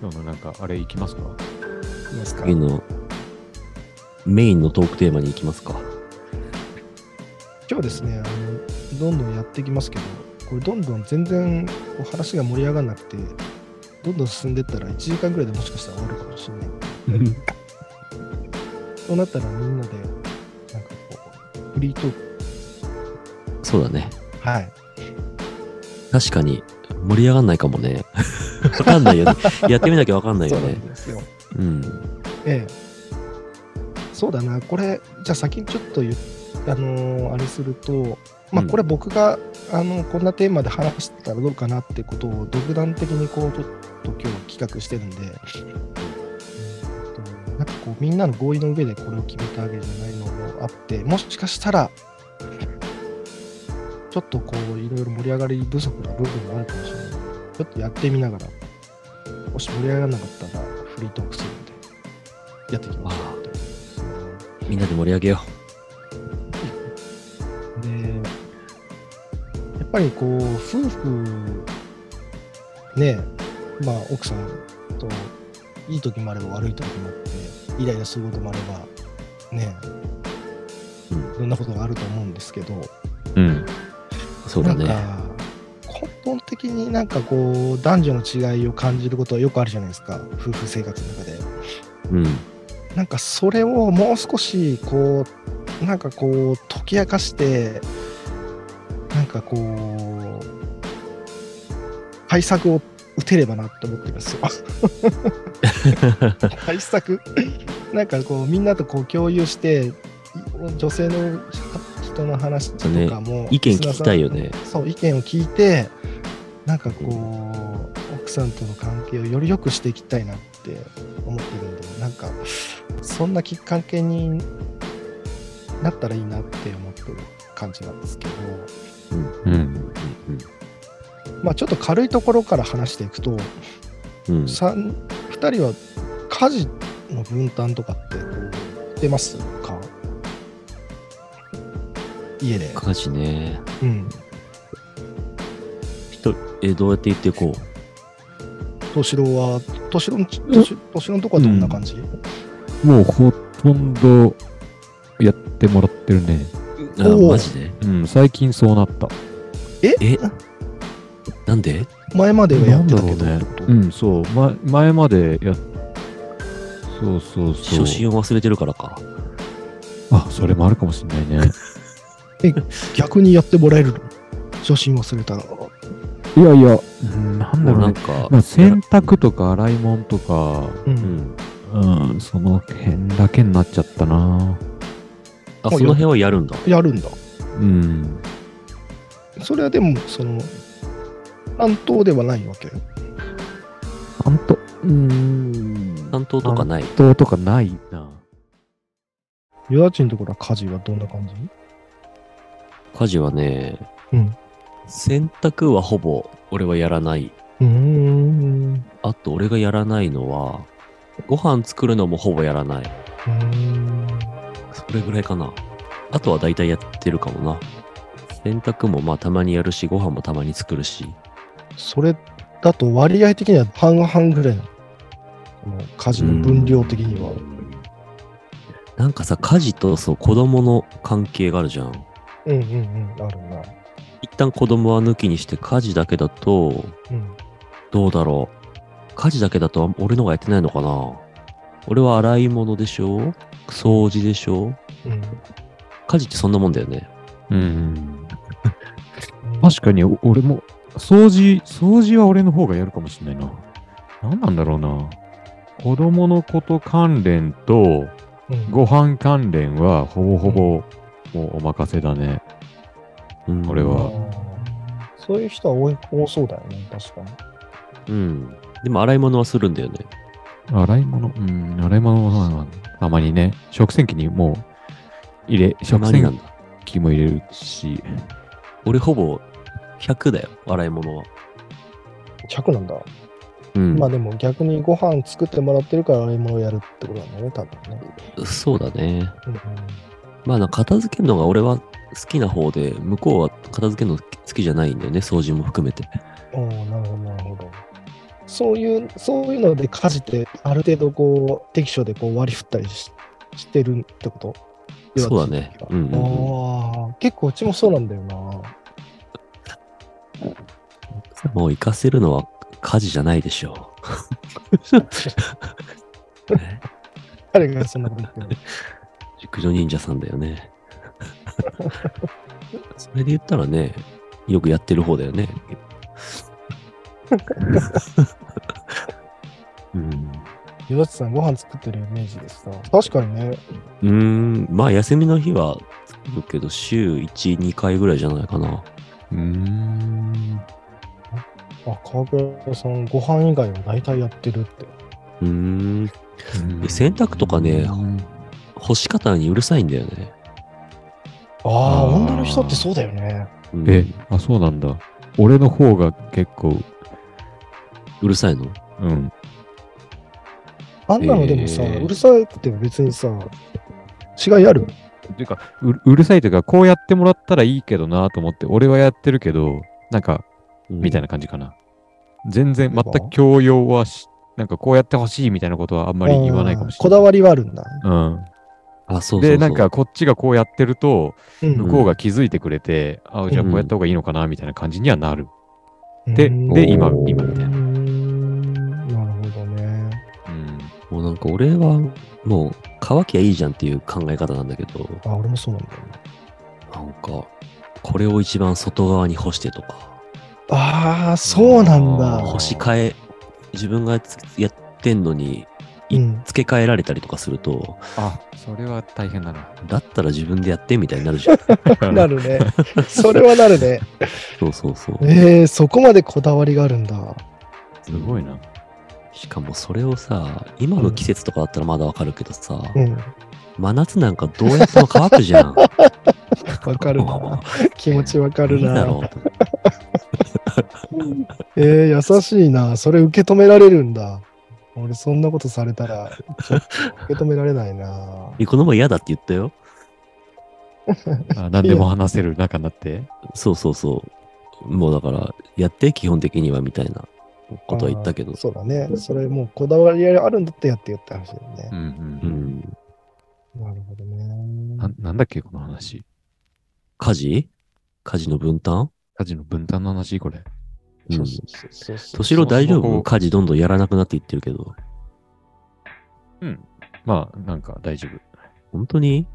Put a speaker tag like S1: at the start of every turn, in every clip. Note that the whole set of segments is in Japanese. S1: 今日のなんか、あれ行きますか
S2: いいですか
S3: 次のメインのトークテーマに行きますか。
S2: 今日はですねあのどんどんやっていきますけどこれどんどん全然こう話が盛り上がらなくてどんどん進んでったら1時間ぐらいでもしかしたら終わるかもしれ ないそうなったらみんなでなんかこうフリートーク
S3: そうだね。
S2: はい
S3: 確かに盛り上がんないかもね。わかんないよね。やってみなきゃわかんない
S2: そ
S3: よ
S2: うな
S3: ね
S2: ん。ですよ
S3: うん。
S2: ええそうだなこれじゃあ先にちょっと言うあのーあれするとまあ
S3: うん
S2: これ僕が、あのこんなテーマで話してたらどうかなってことを独断的にこうちょっと今日は企画してるんで、うんとなんかこうみんなの合意の上でこれを決めたわけじゃないのもあってもしかしたらちょっとこういろいろ盛り上がり不足な部分もあるかもしれないちょっとやってみながらもし盛り上がらなかったらフリートークするのでやっていきましょうと
S3: みんなで盛り上げよ
S2: でやっぱりこう夫婦ねまあ奥さんといい時もあれば悪い時もあってイライラすることもあればね
S3: う。うん。
S2: いろんなことがあると思うんですけど、
S1: うん。
S3: そう
S2: な
S3: だ
S2: ん
S3: ね。
S2: か根本的になんかこう男女の違いを感じることはよくあるじゃないですか夫婦生活の中で。
S3: うん。
S2: なんかそれをもう少しこうなんかこう解き明かしてなんかこう対策を打てればなって思ってますよ。 対策なんかこうみんなとこう共有してい女性の人の話とかも、
S3: 意見聞きたいよね。
S2: そう意見を聞いてなんかこう、奥さんとの関係をより良くしていきたいなって思ってるんでなんかそんなきっかけになったらいいなって思ってる感じなんですけど
S3: うん。
S1: うん。
S2: まあちょっと軽いところから話していくと、
S3: うん。
S2: さん2人は家事の分担とかってこう出ますか家で、
S3: 家事ね。
S2: うん、
S3: 人、え、どうやって言っていこ
S2: 敏郎は敏郎のち敏敏郎のとこはどんな感じ、
S1: もうほとんどやってもらってるね。
S3: うあ、
S2: おう
S3: マジで
S1: うん、最近そうなった。
S3: えなんで
S2: 前まではやってたけど、
S1: なんだろうね。うん、そう。ま、前までやっ、そうそうそう。
S3: 初心を忘れてるからか。
S1: あ、それもあるかもしれないね。
S2: 逆にやってもらえるの初心忘れた ら
S1: いやいや、うんなんだ
S3: も
S1: ろ
S3: う
S1: う
S3: なん
S1: ね。
S3: か、
S1: まあ、洗濯とか洗い物とか、
S2: う、
S3: うんん。
S1: うん、その辺だけになっちゃったな。
S3: あ、その辺はやるんだ。
S2: やるんだ
S1: うん。
S2: それはでもその担当ではないわけ
S1: 担当、うん。
S3: 担当とかない。
S1: 担当とかないな。
S2: ユダチのところは家事はどんな感じ
S3: 家事はね、
S2: うん
S3: 洗濯はほぼ俺はやらない。
S2: うーんう
S3: あと俺がやらないのは、ご飯作るのもほぼやらない。
S2: ーん
S3: それぐらいかな。あとは大体やってるかもな。洗濯もまあたまにやるし、ご飯もたまに作るし。
S2: それだと割合的には半々ぐらいなのこの家事の分量的には
S3: なんかさ、家事とそう子供の関係があるじゃん。
S2: うんうんうんあるな
S3: 一旦子供は抜きにして家事だけだと、
S2: うん
S3: どうだろう。家事だけだと俺のがやってないのかな。俺は洗い物でしょ掃除でしょ
S2: うん
S3: 家事ってそんなもんだよね。
S1: うん。確かにお俺も掃除掃除は俺の方がやるかもしれないな何なんだろうな子供のこと関連と
S2: うん
S1: ご飯関連はほぼほぼもうお任せだね
S3: うん、
S1: 俺は
S2: そういう人は多い多そうだよね確かに
S3: うん。でも洗い物はするんだよね。
S1: 洗い物うん洗い物はまあまあたまにね食洗機にもう入れ
S3: た
S1: 食
S3: まになん
S1: 洗
S3: だ。
S1: 機も入れるし
S3: 俺ほぼ100だよ、洗い物は。
S2: 100なんだ
S3: うん。
S2: まあでも逆にご飯作ってもらってるから洗い物をやるってことなんだね、多分ね。
S3: そうだね。
S2: うんうん
S3: まあ、なんか片付けるのが俺は好きな方で、向こうは片付けるの好きじゃないんだよね、掃除も含めて。
S2: おーなるほど、なるほど。そういう、そういうので家事ってある程度こう適所でこう割り振ったりししてるってこと
S3: そうだね
S2: 要は地域が
S3: うんう
S2: あ
S3: ん
S2: あ、結構うちもそうなんだよな。
S3: もう行かせるのは家事じゃないでしょ う。 ね
S2: 彼がそんなこと言ってるの。
S3: 熟女忍者さんだよね。それで言ったらね、よくやってる方だ よね。うん
S2: ヨダチさんご飯作ってるイメージですか確かにね。
S3: うーん、まあ休みの日は作るけど、週1、2回ぐらいじゃないかな。
S1: うーん。
S2: あ、川倉さん、ご飯以外は大体やってるって。
S3: うーん、洗濯とかね干し方にうるさいんだよね。
S2: ああ、
S1: あー
S2: 女の人ってそうだよね。
S3: うん
S1: え、あ、そうなんだ。俺の方が結構、
S3: うるさいの
S1: うん。
S2: あんなのでもさ、
S3: えー
S2: うるさくても別にさ、違いある
S1: ていうかう、うるさいというか、こうやってもらったらいいけどなと思って、俺はやってるけど、なんか、みたい
S3: な。
S1: な感じかな。全然、
S2: 例えば
S1: 全く強要はし、なんかこうやってほしいみたいなことはあんまり言わないかもしれ
S2: こ
S1: ない。
S2: だわりはあるんだ。
S1: うん。
S3: あ、そうそうそう
S1: で、なんか、こっちがこうやってると、
S2: うん
S1: 向こうが気づいてくれて、あ、じゃあこうやった方がいいのかなみたいな感じにはなる。で
S2: うん
S1: で今
S2: おー
S1: 今みたいな
S2: うんなるほどね。
S1: うん。
S3: もうなんか俺はもう乾きゃいいじゃんっていう考え方なんだけど、
S2: あ、俺もそうなんだよね。
S3: なんか、これを一番外側に干してとか、
S2: ああ、そうなん
S1: あー
S2: だ
S3: 干。し替え、自分がつやってんのに
S2: うん、
S3: 付け替えられたりとかすると、
S1: あ、それは大変だな。
S3: だったら自分でやってみたいになるじゃん。
S2: なるね。それはなるね。
S3: そうそうそう。
S2: えー、そこまでこだわりがあるんだ。
S1: すごいな。
S3: しかもそれをさ、今の季節とかだったらまだわかるけどさ、
S2: うん、
S3: 真夏なんかどうやっても乾く じゃん。わ
S2: わかる な。気持ちわかる
S3: いいだ
S2: な。
S3: ろうと。
S2: えー、優しいな。それ受け止められるんだ。俺、そんなことされたら、ちょっと受け止められないな。
S3: えこの前嫌だって言ったよ。
S1: あ何でも話せる仲にな って。
S3: そうそうそう。もうだから、やって、基本的にはみたいなことは言ったけど
S2: あー。そうだね。それもうこだわりあるんだってやってよって話だよね
S1: う。んう
S3: うんん。
S2: なるほど
S1: うん。な
S2: ね。
S1: なんだっけ、この話。
S3: 家事家事の分担
S1: 家事の分担の話、これ。
S3: うん。
S2: そうそうそう
S3: 敏郎大丈
S1: そもそもこ
S3: 夫
S1: う
S3: 家事どんどんやらなくなっていってるけど。
S1: まあ、なんか大丈夫。
S3: 本当に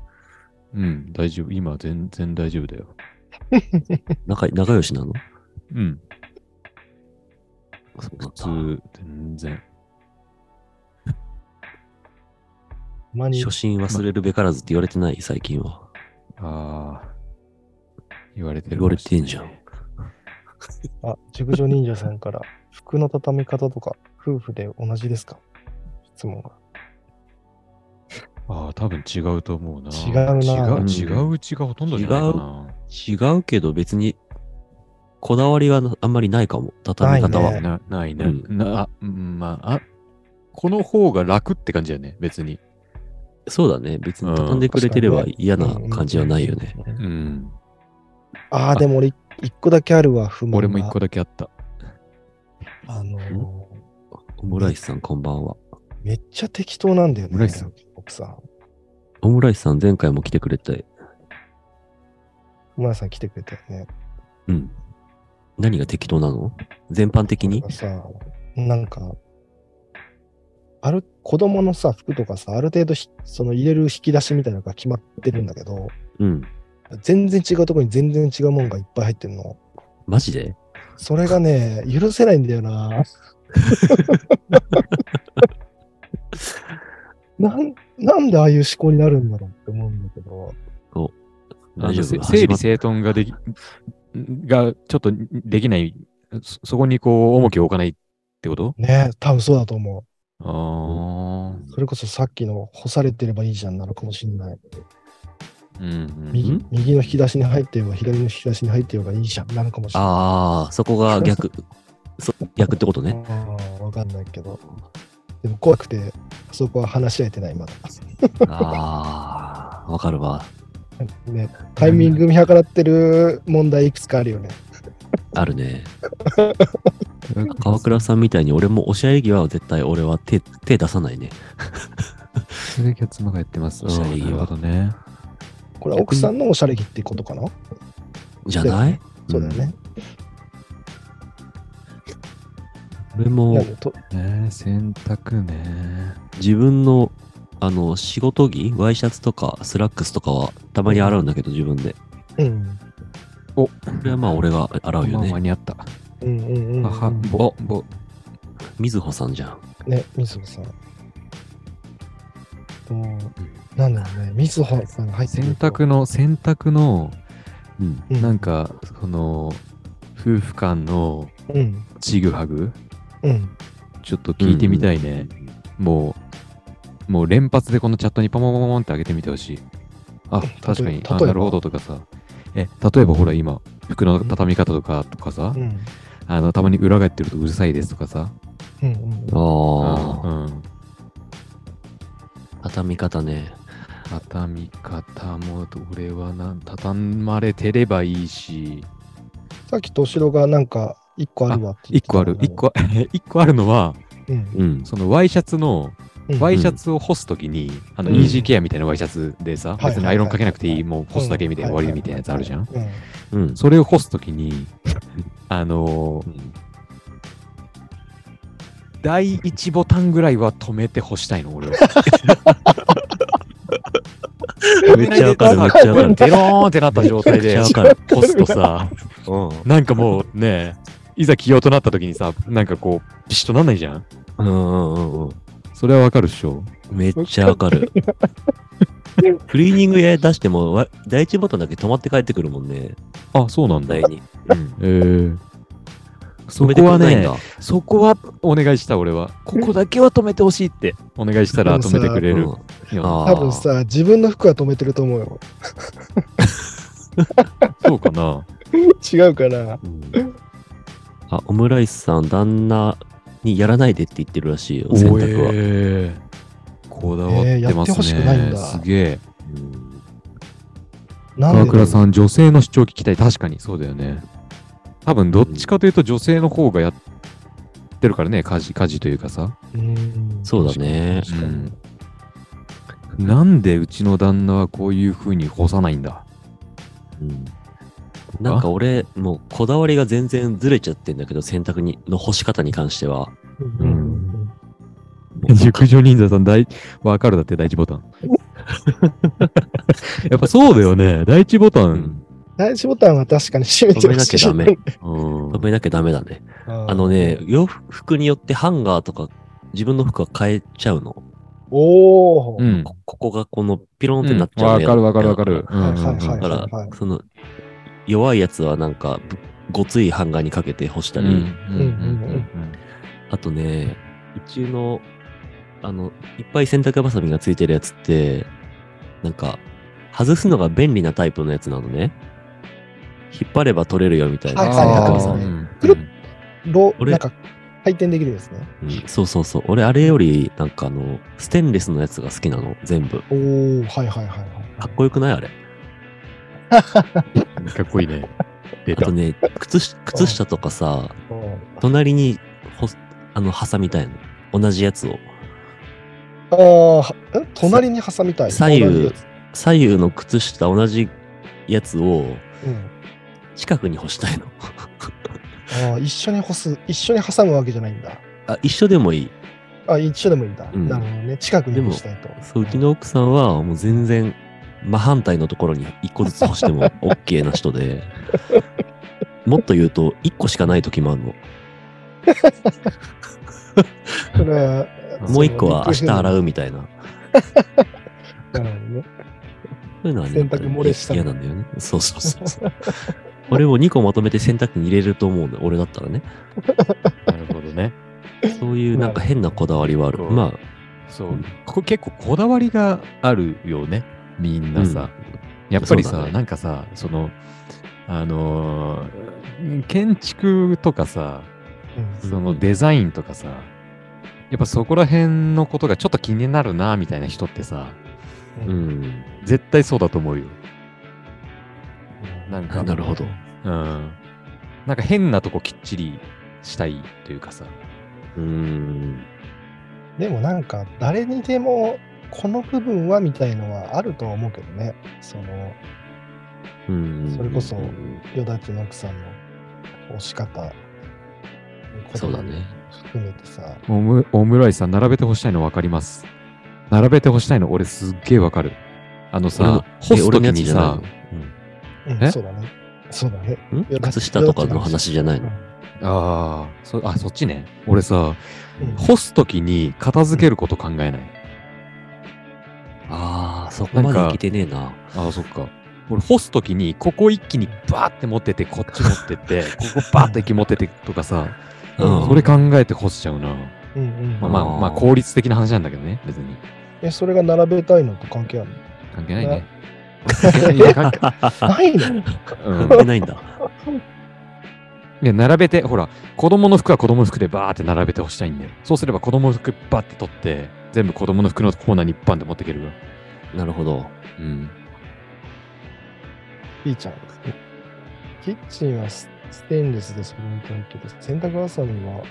S1: うん、大丈夫。今、全然大丈夫だよ。
S3: 仲仲良しなの
S1: うん。
S3: そ
S1: 普
S3: うなんだ
S1: 通、全然。
S2: たまに
S3: 初心忘れるべからずって言われてない最近は。
S1: ああ。言われてる、
S3: 言われてんじゃん。。
S2: あ、熟女忍者さんから、服の畳み方とか、夫婦で同じですか質問が。
S1: ああ、多分違うと思うな。
S2: 違うな
S1: 違う、
S3: うん
S1: 違ううちがほとんどじゃないかな。
S3: 違うけど別に、こだわりはなあんまりないかも。畳み方
S2: ない
S3: は。
S2: ね
S1: なないね。
S3: う
S1: なあ、うんまあ、あ、この方が楽って感じだよね、別に。
S3: そうだね。別
S1: う
S3: に
S1: ん
S3: 畳んでくれてれば
S2: 確かにね
S3: 嫌な感じはないよね。。
S2: うん
S1: うん。
S2: ああ、でも俺、一個だけあるわ、不満が。
S1: 俺も一個だけあった。
S2: あのー
S3: オムライスさんこんばんは。
S2: めっちゃ適当なんだよね。
S1: 村井さん
S2: 奥さん。
S3: オムライスさん前回も来てくれて。
S2: 村井さん来てくれたよね。
S3: うん。何が適当なの全般的に
S2: なんかさ、なんか、ある、子供のさ、服とかさ、ある程度ひ、その入れる引き出しみたいなのが決まってるんだけど、
S3: うん。
S2: 全然違うとこに全然違うもんがいっぱい入ってんの。
S3: マジで
S2: それがね、許せないんだ よな。なんなんでああいう思考になるんだろうって思うんだけど、
S1: あ
S3: 大
S1: の
S3: 丈
S1: せ
S3: 夫
S1: 整理
S3: 始まっ
S1: 整頓ができ、がちょっとできない、そそこにこう重きを置かないってこと
S2: ね、多分そうだと思
S1: あ
S2: う。それこそさっきの干されてればいいじゃんなのかもしれない。
S1: あ。うんうん。
S2: 右右の引き出しに入ってようが左の引き出しに入ってようがいいじゃんなのかもしれない。
S3: ああ、そこが逆。そ逆ってことね。
S2: ああ、わかんないけど。でも怖くて、そこは話し合えてない、まだ。
S3: ああ、わかるわ。
S2: ね、タイミング見計らってる問題いくつかあるよね。
S3: あるね。
S1: なんか
S3: 川倉さんみたいに俺もおしゃれ着は絶対俺は手手出さないね。
S1: それでキャッツマがやってます。
S3: おしゃれ着は
S1: なるほどね。
S2: これは奥さんのおしゃれ着ってことかな
S3: じゃない
S2: そうだよね。
S3: 俺
S2: な
S3: も
S2: んでと
S1: ねえ洗濯ね。
S3: 自分のあの仕事着、ワイシャツとかスラックスとかはたまに洗うんだけど自分で。
S2: うん。
S3: これはまあ俺が洗う
S1: ま
S3: よ
S1: あ
S3: ね
S1: 間。に合った。
S2: うんうんうんうん。
S1: あは、ぼ、ぼ。
S3: みずほさんじゃん。
S2: ね、みずほさん。もう、なんだろうね、みずほさんが入ってく
S1: 洗
S2: ると
S1: 濯の、洗濯の、
S3: うん。
S2: う
S1: なんか、この、夫婦間の
S2: うん、
S1: ちぐはぐ、
S2: うん。
S1: ちょっと聞いてみたいね。もう、もう連発でこのチャットにパモンパモンパモンって上げてみてほしい。あ、確か
S2: 例え
S1: に、
S2: ば
S1: あ、なるほどとかさ。え、例えばほら今、服の畳み方とかとかさ
S2: う、ん。
S1: あの、たまに裏返ってるとうるさいですとかさ。
S2: うんうん
S3: ああ、
S1: うん。
S3: 畳み方ね。
S1: 畳み方も俺はなん畳まれてればいいし
S2: さっきとしろがなんか、一個あるわって言っ
S1: 一
S2: てた
S1: 個
S2: も
S1: あ
S2: んね
S1: る一。個 一個あるのは
S2: うん。
S3: うん。
S1: そのワイシャツの
S2: うん
S1: ワイシャツを干すときに、あの
S3: うん
S1: イージーケアみたいなワイシャツでさ、
S2: い
S1: 別にアイロンかけなくていいもう干すだけみたいな
S2: うん
S1: 終わりみたいなやつあるじゃん
S2: うん。
S3: うん。
S1: それを干すときに あのー第一ボタンぐらいは止めて干したいの俺 は
S3: めっちゃわかる、めっちゃ わかる。
S1: ベローンってなった状態
S3: めっち
S1: で
S3: ゃわ
S1: 干
S3: かる。
S1: すとさ
S3: うん。
S1: なんかもうね、いざ着ようとなった時にさ、なんかこう、ピシッとなんないじゃん
S3: うんうんうんうん。
S1: それはわかるっしょ。
S3: めっちゃわかる。クリーニング屋出しても、わ第一ボタンだけ止まって帰ってくるもんね、
S1: あ、そうなんだ。
S3: 第
S1: え
S3: 二。うん。
S1: えそ
S3: 止めて
S1: こ
S3: く
S1: は
S3: れないん
S1: ね
S3: だ。、
S1: そこはお願いした俺は。ここだけは止めてほしいって。お願いしたら止めてくれるよ。
S3: あ
S2: 多分さ、自分の服は止めてると思うよ。
S1: そうかな。
S2: 違うかな。
S3: うんあ、オムライスさん、旦那にやらないでって言ってるらしいよ、洗
S1: お
S3: 濯は。
S1: えこだわってますね。
S2: えーやってほしくないんだ
S1: すげえ。
S3: うん
S2: なんで
S1: 川倉さん、女性の主張聞きたい。確かに、そうだよね。多分、どっちかというと女性の方がやってるからね、家事、家事というかさ。
S2: うん。
S3: そうだね。
S2: 確かに。
S1: なんでうちの旦那はこういう風に干さないんだ
S3: うんなんか俺、もうこだわりが全然ずれちゃってんだけど、洗濯にの干し方に関しては。
S2: うんうん
S1: 熟女忍者さん、第わかるだって、第一ボタン。 やっぱそうだよね。第一ボタン。
S2: 第一ボタンは確かに閉めて
S3: 止め
S2: ほ
S3: な
S2: し
S3: きゃ
S2: い。
S3: ダメ。
S1: うん
S3: 止めなきゃダメだね。
S2: うん
S3: あの。ね、洋服によってハンガーとか自分の服は変えちゃうの。
S2: おお。
S1: う。ん。
S3: こここがこのピロンってなっちゃう
S1: わ
S3: のや
S1: かるわかるわかる。うん
S2: はいはい
S3: だ
S2: は
S3: から、その、弱いやつはなんか、ぶごついハンガーにかけて干した
S1: うんう
S3: り、
S1: んうん
S3: あとね、うちの、あの、いっぱい洗濯バサミがついてるやつって、なんか、外すのが便利なタイプのやつなのね。引っ張れば取れるよみたいな。
S2: はいはい
S3: 洗濯バ
S2: は
S3: サ
S2: い
S3: ミ
S2: はい
S1: うん
S2: くるっロ
S3: 俺
S2: なんか、回転できるですね。
S3: うんそうそうそう。俺、あれより、なんかあの、ステンレスのやつが好きなの、全部。
S2: おお、はいはいはいはい。
S3: かっこよくないあれ。
S1: うんかっこいいね。出
S3: あとね、靴し靴下とかさ、
S2: うん
S3: 隣にほあの挟みたいの同じやつを
S2: ああ、はん隣に挟みたい。
S3: 左
S2: 同じ
S3: 右
S2: やつ
S3: 左右の靴下同じやつを
S2: うん
S3: 近くに干したいの
S2: ああ、一緒に干す、一緒に挟むわけじゃないんだ。
S3: あ一緒でもいい
S2: あ、一緒でもいいんだ。
S3: うん
S2: なるほどね。近くに干したいと。
S3: そううちの奥さんはもう全然真反対のところに一個ずつ干しても OK な人でもっと言うと一個しかない時もあるの
S2: それは
S3: もう一個は明日洗
S2: う。
S3: うみたいなそ
S2: なるほどね。
S3: ういうのはね
S2: 洗濯漏れしたの
S3: 嫌なんだよねそうそうそうそう俺を2個まとめて洗濯に入れると思うの俺だったらね
S1: なるほどね。
S3: そういうなんか変なこだわりはある
S1: なるほど
S3: まあ
S1: そう。こ結構こだわりがあるよね。みんなさ。やっぱり
S3: そう
S1: さ、
S3: だね
S1: なんかさ、その、あのー建築とかさ、
S2: うん
S1: そのデザインとかさ、やっぱそこら辺のことがちょっと気になるなみたいな人ってさ、
S3: う
S2: うん
S3: ん
S1: 絶対そうだと思うよ。なんか、
S3: なるほど。
S1: うん。なんか変なとこきっちりしたいというかさ。
S3: うーん。
S2: でもなんか誰にでもこの部分はみたいのはあると思うけどねその
S3: うん。
S2: それこそ与田家の奥さんの押し方
S3: そうだね。
S2: 含めてさ
S1: オムオムライスさん、並べてほしたいの分かります。並べてほしたいの俺すっげえ分かる。あの
S3: 俺の
S1: さ、干すときに、
S3: え俺のや
S1: さ
S3: つ、じゃないの
S2: うん
S1: え
S2: そうだねそうだね
S3: ん靴下とかの話じゃないの
S1: ああ、そあ、そっちね。俺さ、
S2: うんうん
S1: 干すときに片付けること考えない。
S3: ああ、そこまで
S1: なんか
S3: いけてねえな。
S1: ああ、そっか。俺、干すときに、ここ一気にバーって持ってて、こっち持ってって、ここバーって一気に持っててとかさ、
S3: うん
S1: それ考えて干しちゃうな。
S2: うん
S1: まあまあ、
S3: あー
S1: まあ、効率的な話なんだけどね、別に。
S2: えそれが並べたいのと関係あるの
S1: 関係ないね。いや関係
S2: ないの
S1: うん
S3: 関係ないんだ。
S1: いや、並べて、ほら、子供の服は子供の服でバーって並べて干したいんだよ。そうすれば子供の服バーって取って、全部子供の服のコーナーに一般で持っていけるわ。
S3: なるほど。
S1: うん。
S2: ピーちゃんキッチンはスステンレスで揃えたいけど洗濯ばさみは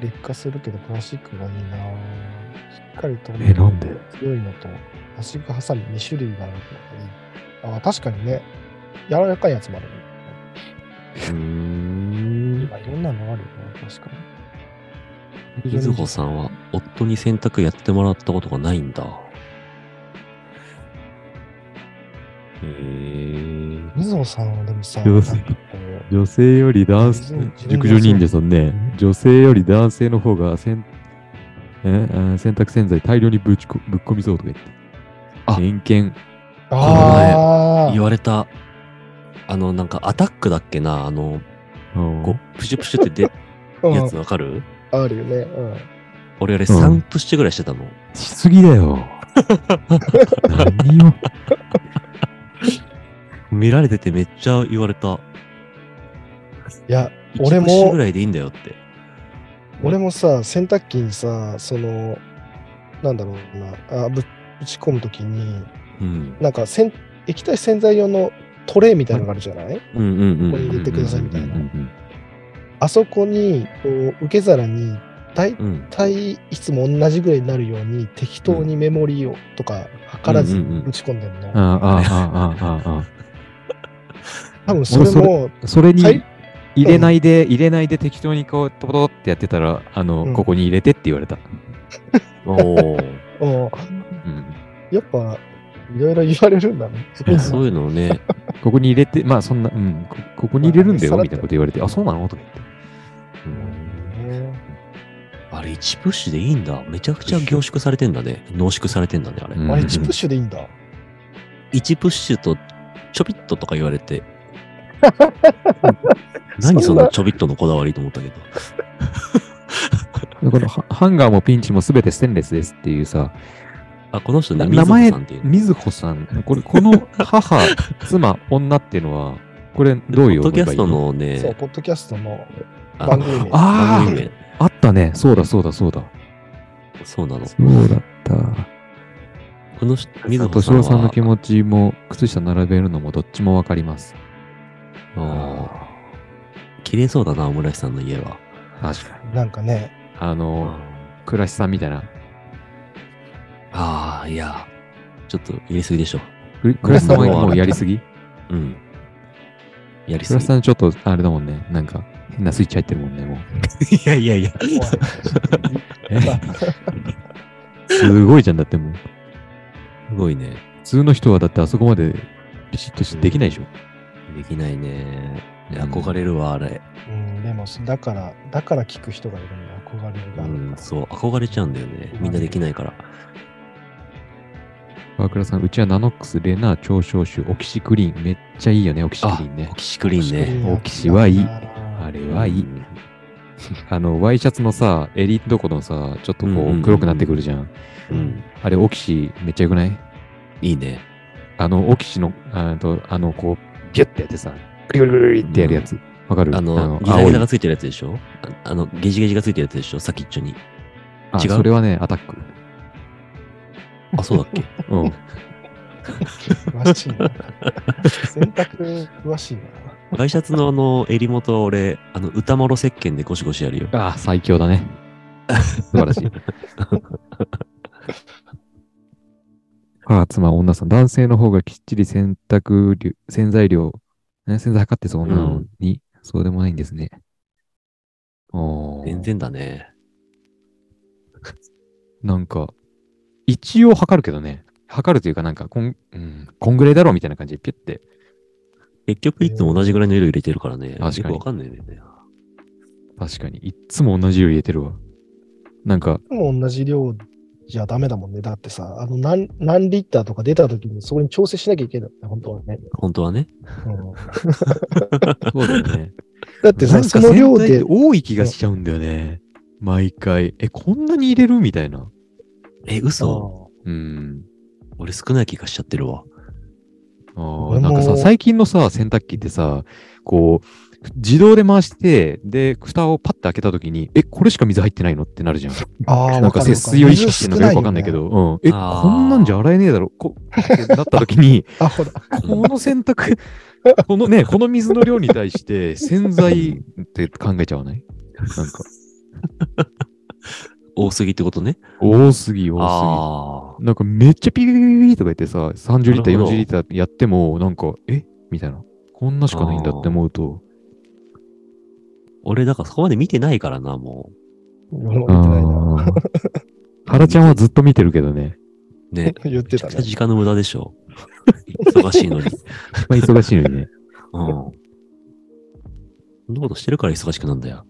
S2: 劣化するけどプラスチックがいいなしっかりと
S1: えなんで
S2: 強いのと、プラスチックハサミ2種類があるのがいい。あ、確かにね、柔らかいやつもあるね。
S1: うん。
S2: 今いろんなのあるよね、確かに。
S3: みずほさんは夫に洗濯やってもらったことがないんだ。へえ。
S2: 水穂さんはでもさ、
S1: 上手
S2: なんかこう
S1: 女性より男
S2: 自分自分
S1: 熟
S2: が
S1: 女人でさんね、女性より男性の方が洗えあ洗濯洗剤大量にぶちこぶっ込みそうとか言って。
S3: あ
S1: 偏見。
S2: あ
S3: 言われた、あの、なんかアタックだっけな、あの、
S1: うん
S3: こう、プシュプシュって
S2: あ、
S3: 出
S2: う
S3: る
S2: ん
S3: やつわかる
S2: あるよね。うん。
S3: 俺あれ
S1: うん
S3: 3プッシュぐらいしてたの。
S1: しすぎだよ。 何よ。
S3: 見られててめっちゃ言われた。
S2: いや、俺
S3: 1プッシュぐ
S2: も、
S3: らいでいいんだよって。
S2: 俺もさ、洗濯機にさ、その、なんだろうな、あぶぶち込むときに、
S3: うん。
S2: なんか洗液体洗剤用のトレイみたいなのがあるじゃない
S3: うんうんうん。
S2: これ入れてくださいみたいな
S1: うんうん
S2: あそこに、こう、受け皿に、大
S3: うん。
S2: 絶対いつも同じぐらいになるように適当にメモリーをとか測らず
S3: うんうんうん
S2: 打ち込んでるの、
S1: ああああああああ。
S2: 多分それも
S1: それに
S2: はい
S1: 入れないで、入れないで適当にこう、トボトボってやってたら、あの、
S2: うん
S1: ここに入れてって言われた。
S3: おー。
S2: うん
S1: うん、
S2: やっぱいろいろ言われるんだね
S3: いやそういうのをね、
S1: ここに入れて、まあそんな、うん、こここに入れるんだよ、
S2: まあ
S1: みたいなこと言われて、あ、そうなのとか言って。
S2: ね
S3: あれ1プッシュでいいんだ。めちゃくちゃ凝縮されてんだね。濃縮されてんだね、あれ。
S1: うん
S2: あれ1プッシュでいいんだ
S3: 1プッシュとちょびっととか言わ れて。
S2: そんな
S3: 何そのちょびっとのこだわりと思ったけ
S1: だ
S3: ど。
S1: からハハンガーもピンチもすべてステンレスですっていうさ、
S3: あ、この人ね、
S1: な
S3: みず
S1: 名
S3: ほ
S1: 前
S3: さんってい、う。
S1: みずほさん、これ、この母、 妻、女っていうのは、これ、どういう
S3: ポッド
S1: 思
S3: キ
S1: い
S3: ャ
S1: がい
S3: ス
S1: い
S3: ト
S1: の
S3: の
S2: そう
S3: ね、
S2: ポッドキャストの
S3: あ
S2: 番組名
S1: あ
S3: 番組名
S1: あったね。そうだ、そうだ、そうだ。
S3: そうなの。
S1: そうだった。
S3: この人、みずほ
S1: 敏
S3: さん
S1: 郎さんの
S3: は
S1: 気、持ちも、靴下並べるのも、どっちもわかります。
S3: あー綺麗そうだな、オムライスさんの家は。
S1: 確かに。
S2: なんかね
S1: あの、倉石さんみたいな。
S3: ああ、いや、ちょっと入れすぎでしょ。
S1: く倉石さんはもうやりすぎ
S3: うん。やりす
S1: 倉
S3: ぎ
S1: 石。さんちょっと、あれだもんね。なんか、変なスイッチ入ってるもんね、もう。
S3: いやいやいや。
S2: おい
S1: すごいじゃん、だってもう。
S3: すごいね。
S1: 普通の人は、だってあそこまで、ビシッとしできないでしょ。
S3: できないね。いや
S1: うん
S3: 憧れるわ、あれ。
S2: うんでもだからだから聞く人がいるんだ憧れる
S3: う
S2: がある
S3: ん
S2: か、ら
S3: そう、憧れちゃうんだよね。みんなできないから。
S1: 川倉さん、うちはナノックス、レナー、超消臭、オキシクリーン。めっちゃいいよね、オキシクリーンね
S3: オ。キシクリーンね。
S1: オキシはいいあ
S2: あ
S1: れはいい。あの、ワイシャツのさ、襟どこのさ、ちょっと
S3: うんうん
S1: こ
S3: うんう
S1: うん黒くなってくるじゃん。
S3: うん。うん。
S1: あれ、オキシめっちゃ良くない
S3: いいね。
S1: あの、オキシの、あとあの、こう、ギュッてやってさ、グリグリグリってやるやつ。わ、かる
S3: あの、ギザ
S1: 青
S3: ギ
S1: い
S3: ザがついてるやつでしょああの、ゲジゲジがついてるやつでしょ先っちょに。
S1: あ
S3: 違う
S1: それはね、アタック。
S3: あ、そうだっけ
S1: うん。
S2: 詳しいな洗濯詳しいな
S3: ワイシャツのあの、襟元は俺、あの、歌もろ石鹸でゴシゴシやるよ。
S1: ああ、最強だね。素晴らし い。母、妻、女さん。男性の方がきっちり洗濯量、洗剤量、ね、洗剤測ってそうなのに、そうでもないんですね。おー
S3: 全然だね。
S1: なんか、一応測るけどね。測るというか、なんかこん、うん、こんぐらいだろうみたいな感じで、ピュッて。
S3: 結局いつも同じぐらいの色入れてるからね。
S1: 確かに
S3: よくわかんないんだよね。
S1: 確かに。いっつも同じよう入れてるわ。なんか、
S2: もう同じ量じゃダメだもんね。だってさ、あの何、何リッターとか出た時にそこに調整しなきゃいけないんだよね、本当はね。
S3: 本当はね。
S2: うん
S1: そうだよね。
S2: だって
S1: な
S2: さ、
S1: ん
S2: そ
S1: か
S2: の量
S1: 洗剤っ
S2: で
S1: て、多い気がしちゃうんだよね。毎回。え、こんなに入れるみたいな。
S3: え、嘘
S1: うん。
S3: 俺少ない気がしちゃってるわ。
S1: ああ、
S2: 俺も
S1: なんかさ、最近のさ、洗濯機ってさ、こう、自動で回して、で、蓋をパッて開けたときに、え、これしか水入ってないのってなるじゃん。
S2: ああ
S1: なんか節水を意識してるのかよくわかんないけ。
S2: わ
S1: ど、うん。え、
S3: あ
S1: こ
S3: ー
S1: んなんじゃ洗えねえだろ。こ、ってなったときに、
S2: かるわかる水少ないよね
S1: こ
S2: あ、ほら。
S1: の洗濯、このね、この水の量に対して、洗剤って考えちゃわないなんか、
S3: 多すぎってことね。
S1: 多すぎ、多すぎ。
S3: あ
S1: なんかめっちゃピリピリピリとか言ってさ、30リッター、
S3: なるほど
S1: 40リッターやっても、なんか、えみたいな。こんなしかないんだって思うと、
S3: あ。俺、だからそこまで見てないからな、も
S2: 俺も見てないな
S1: あー 原ちゃんはずっと見てるけどね。
S3: う。ね。
S2: 言って
S3: めち
S2: た
S3: ゃく
S2: ね
S3: ちゃ。時間の無駄でしょ。忙しいのに。
S1: まあ忙しいのにね。
S3: うん。そんなことしてるから忙しくなんだよ。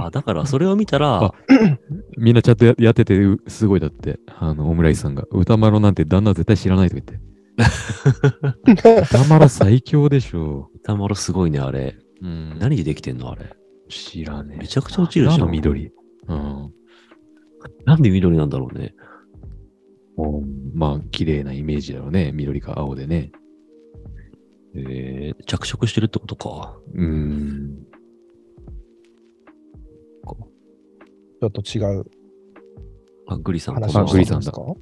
S3: あ、だからそれを見たら
S1: あ、 みんなちゃんとややってて、うすごいだって。あの、オムライスさんが。歌丸なんて旦那絶対知らないとか言 って。歌丸最強でしょ
S3: 歌丸すごいね、あれ。
S1: う。うん。
S3: 何でできてんの、あれ。
S1: 知らねえ。
S3: めちゃくちゃ落ちるじゃん
S1: あの緑。うん。
S3: なんで緑なんだろうね。
S1: もうまあ、綺麗なイメージだろうね。緑か青でね。
S3: えー、着色してるってことか。
S1: うん。
S2: ちょっと違う
S3: あ、グリさん、
S2: 話
S1: あ
S2: を
S1: グリさん
S2: してます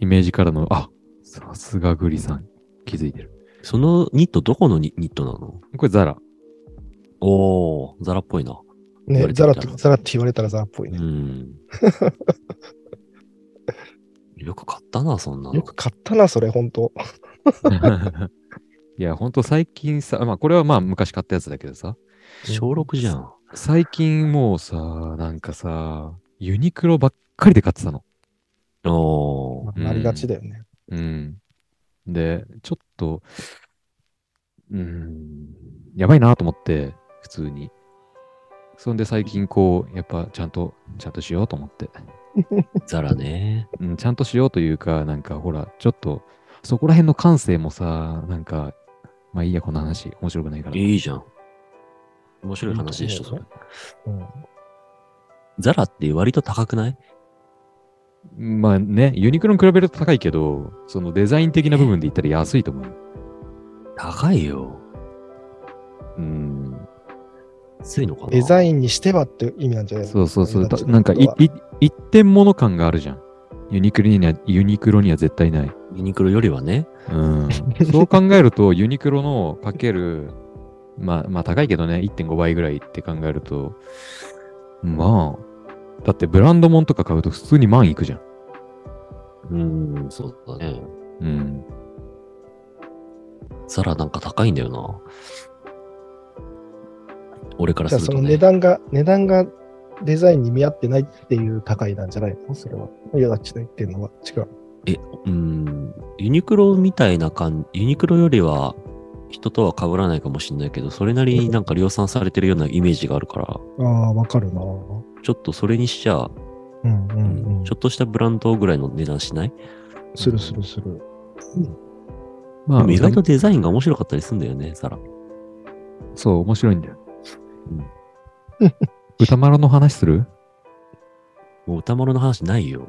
S1: イメージからの、あさすがグリさん。気づいてる。
S3: そのニット、どこのニニットなの
S1: これザラ。
S3: おー、ザラっぽいな。言わ
S2: ね、
S3: れて
S2: ザ
S3: み
S2: ラ
S3: た
S2: って、ザラって言われたらザラっぽいうね。
S3: ん。 よく買ったな、そんなの。
S2: よく買ったな、それ、本当
S1: いや、ほんと最近さ、まあこれはまあ昔買ったやつだけどさ、
S3: 小6じゃん。
S1: 最近もうさ、なんかさ、ユニクロばっかりで買ってたの。
S3: おー。
S2: なりがちだよね。
S1: うん。で、ちょっと、うん、やばいなと思って、普通に。そんで最近こう、やっぱちゃんと、ちゃんとしようと思って。
S3: ザラね。
S1: うん、ちゃんとしようというか、なんかほら、ちょっと、そこら辺の感性もさ、なんか、まあいいや、この話、面白くないから。
S3: いいじゃん。面白い話でしょ、それ。
S2: うん
S3: ザラって割と高くない
S1: まあね、ユニクロに比べると高いけど、そのデザイン的な部分で言ったら安いと思う。
S3: 高いよ。
S1: うん、
S3: 安いのかな
S2: デザ
S3: ン。
S2: インにしてはって意味なんじゃないの
S1: そうそうそう。
S2: 今
S1: たなんかい
S2: ちょっと
S1: い一点物感があるじゃん。ユニクロには、ユニクロには絶対ない。
S3: ユニクロよりはね。
S1: うん、そう考えると、ユニクロのかける、まあ、まあ高いけどね、1.5倍ぐらいって考えると、まあ、だってブランド物とか買うと普通に万いくじゃん。
S3: うん、そうだね。
S1: うん。
S3: ザラなんか高いんだよな。俺から
S2: じゃ
S3: す
S2: あ
S3: る
S2: そ
S3: と、
S2: の
S3: ね。
S2: 値段が、値段がデザインに見合ってないっていう高いなんじゃないのそれは。いや、だっちの言ってるのは違う。
S3: うん、ユニクロみたいな感じ、ユニクロよりは人とは被らないかもしれないけど、それなりになんか量産されてるようなイメージがあるから、
S2: ああ、わかるな。
S3: ちょっとそれにしちゃ、
S2: うんう
S3: うん
S2: うん
S3: ちょ。っとしたブランドぐらいの値段しない、
S2: するするする。
S1: ま
S3: でも意外とデザインが面白かったりするんだよね、ザラ。
S1: そう、面白いんだよ
S3: うん。
S1: 歌丸の話する
S3: もう歌丸の話ないよ。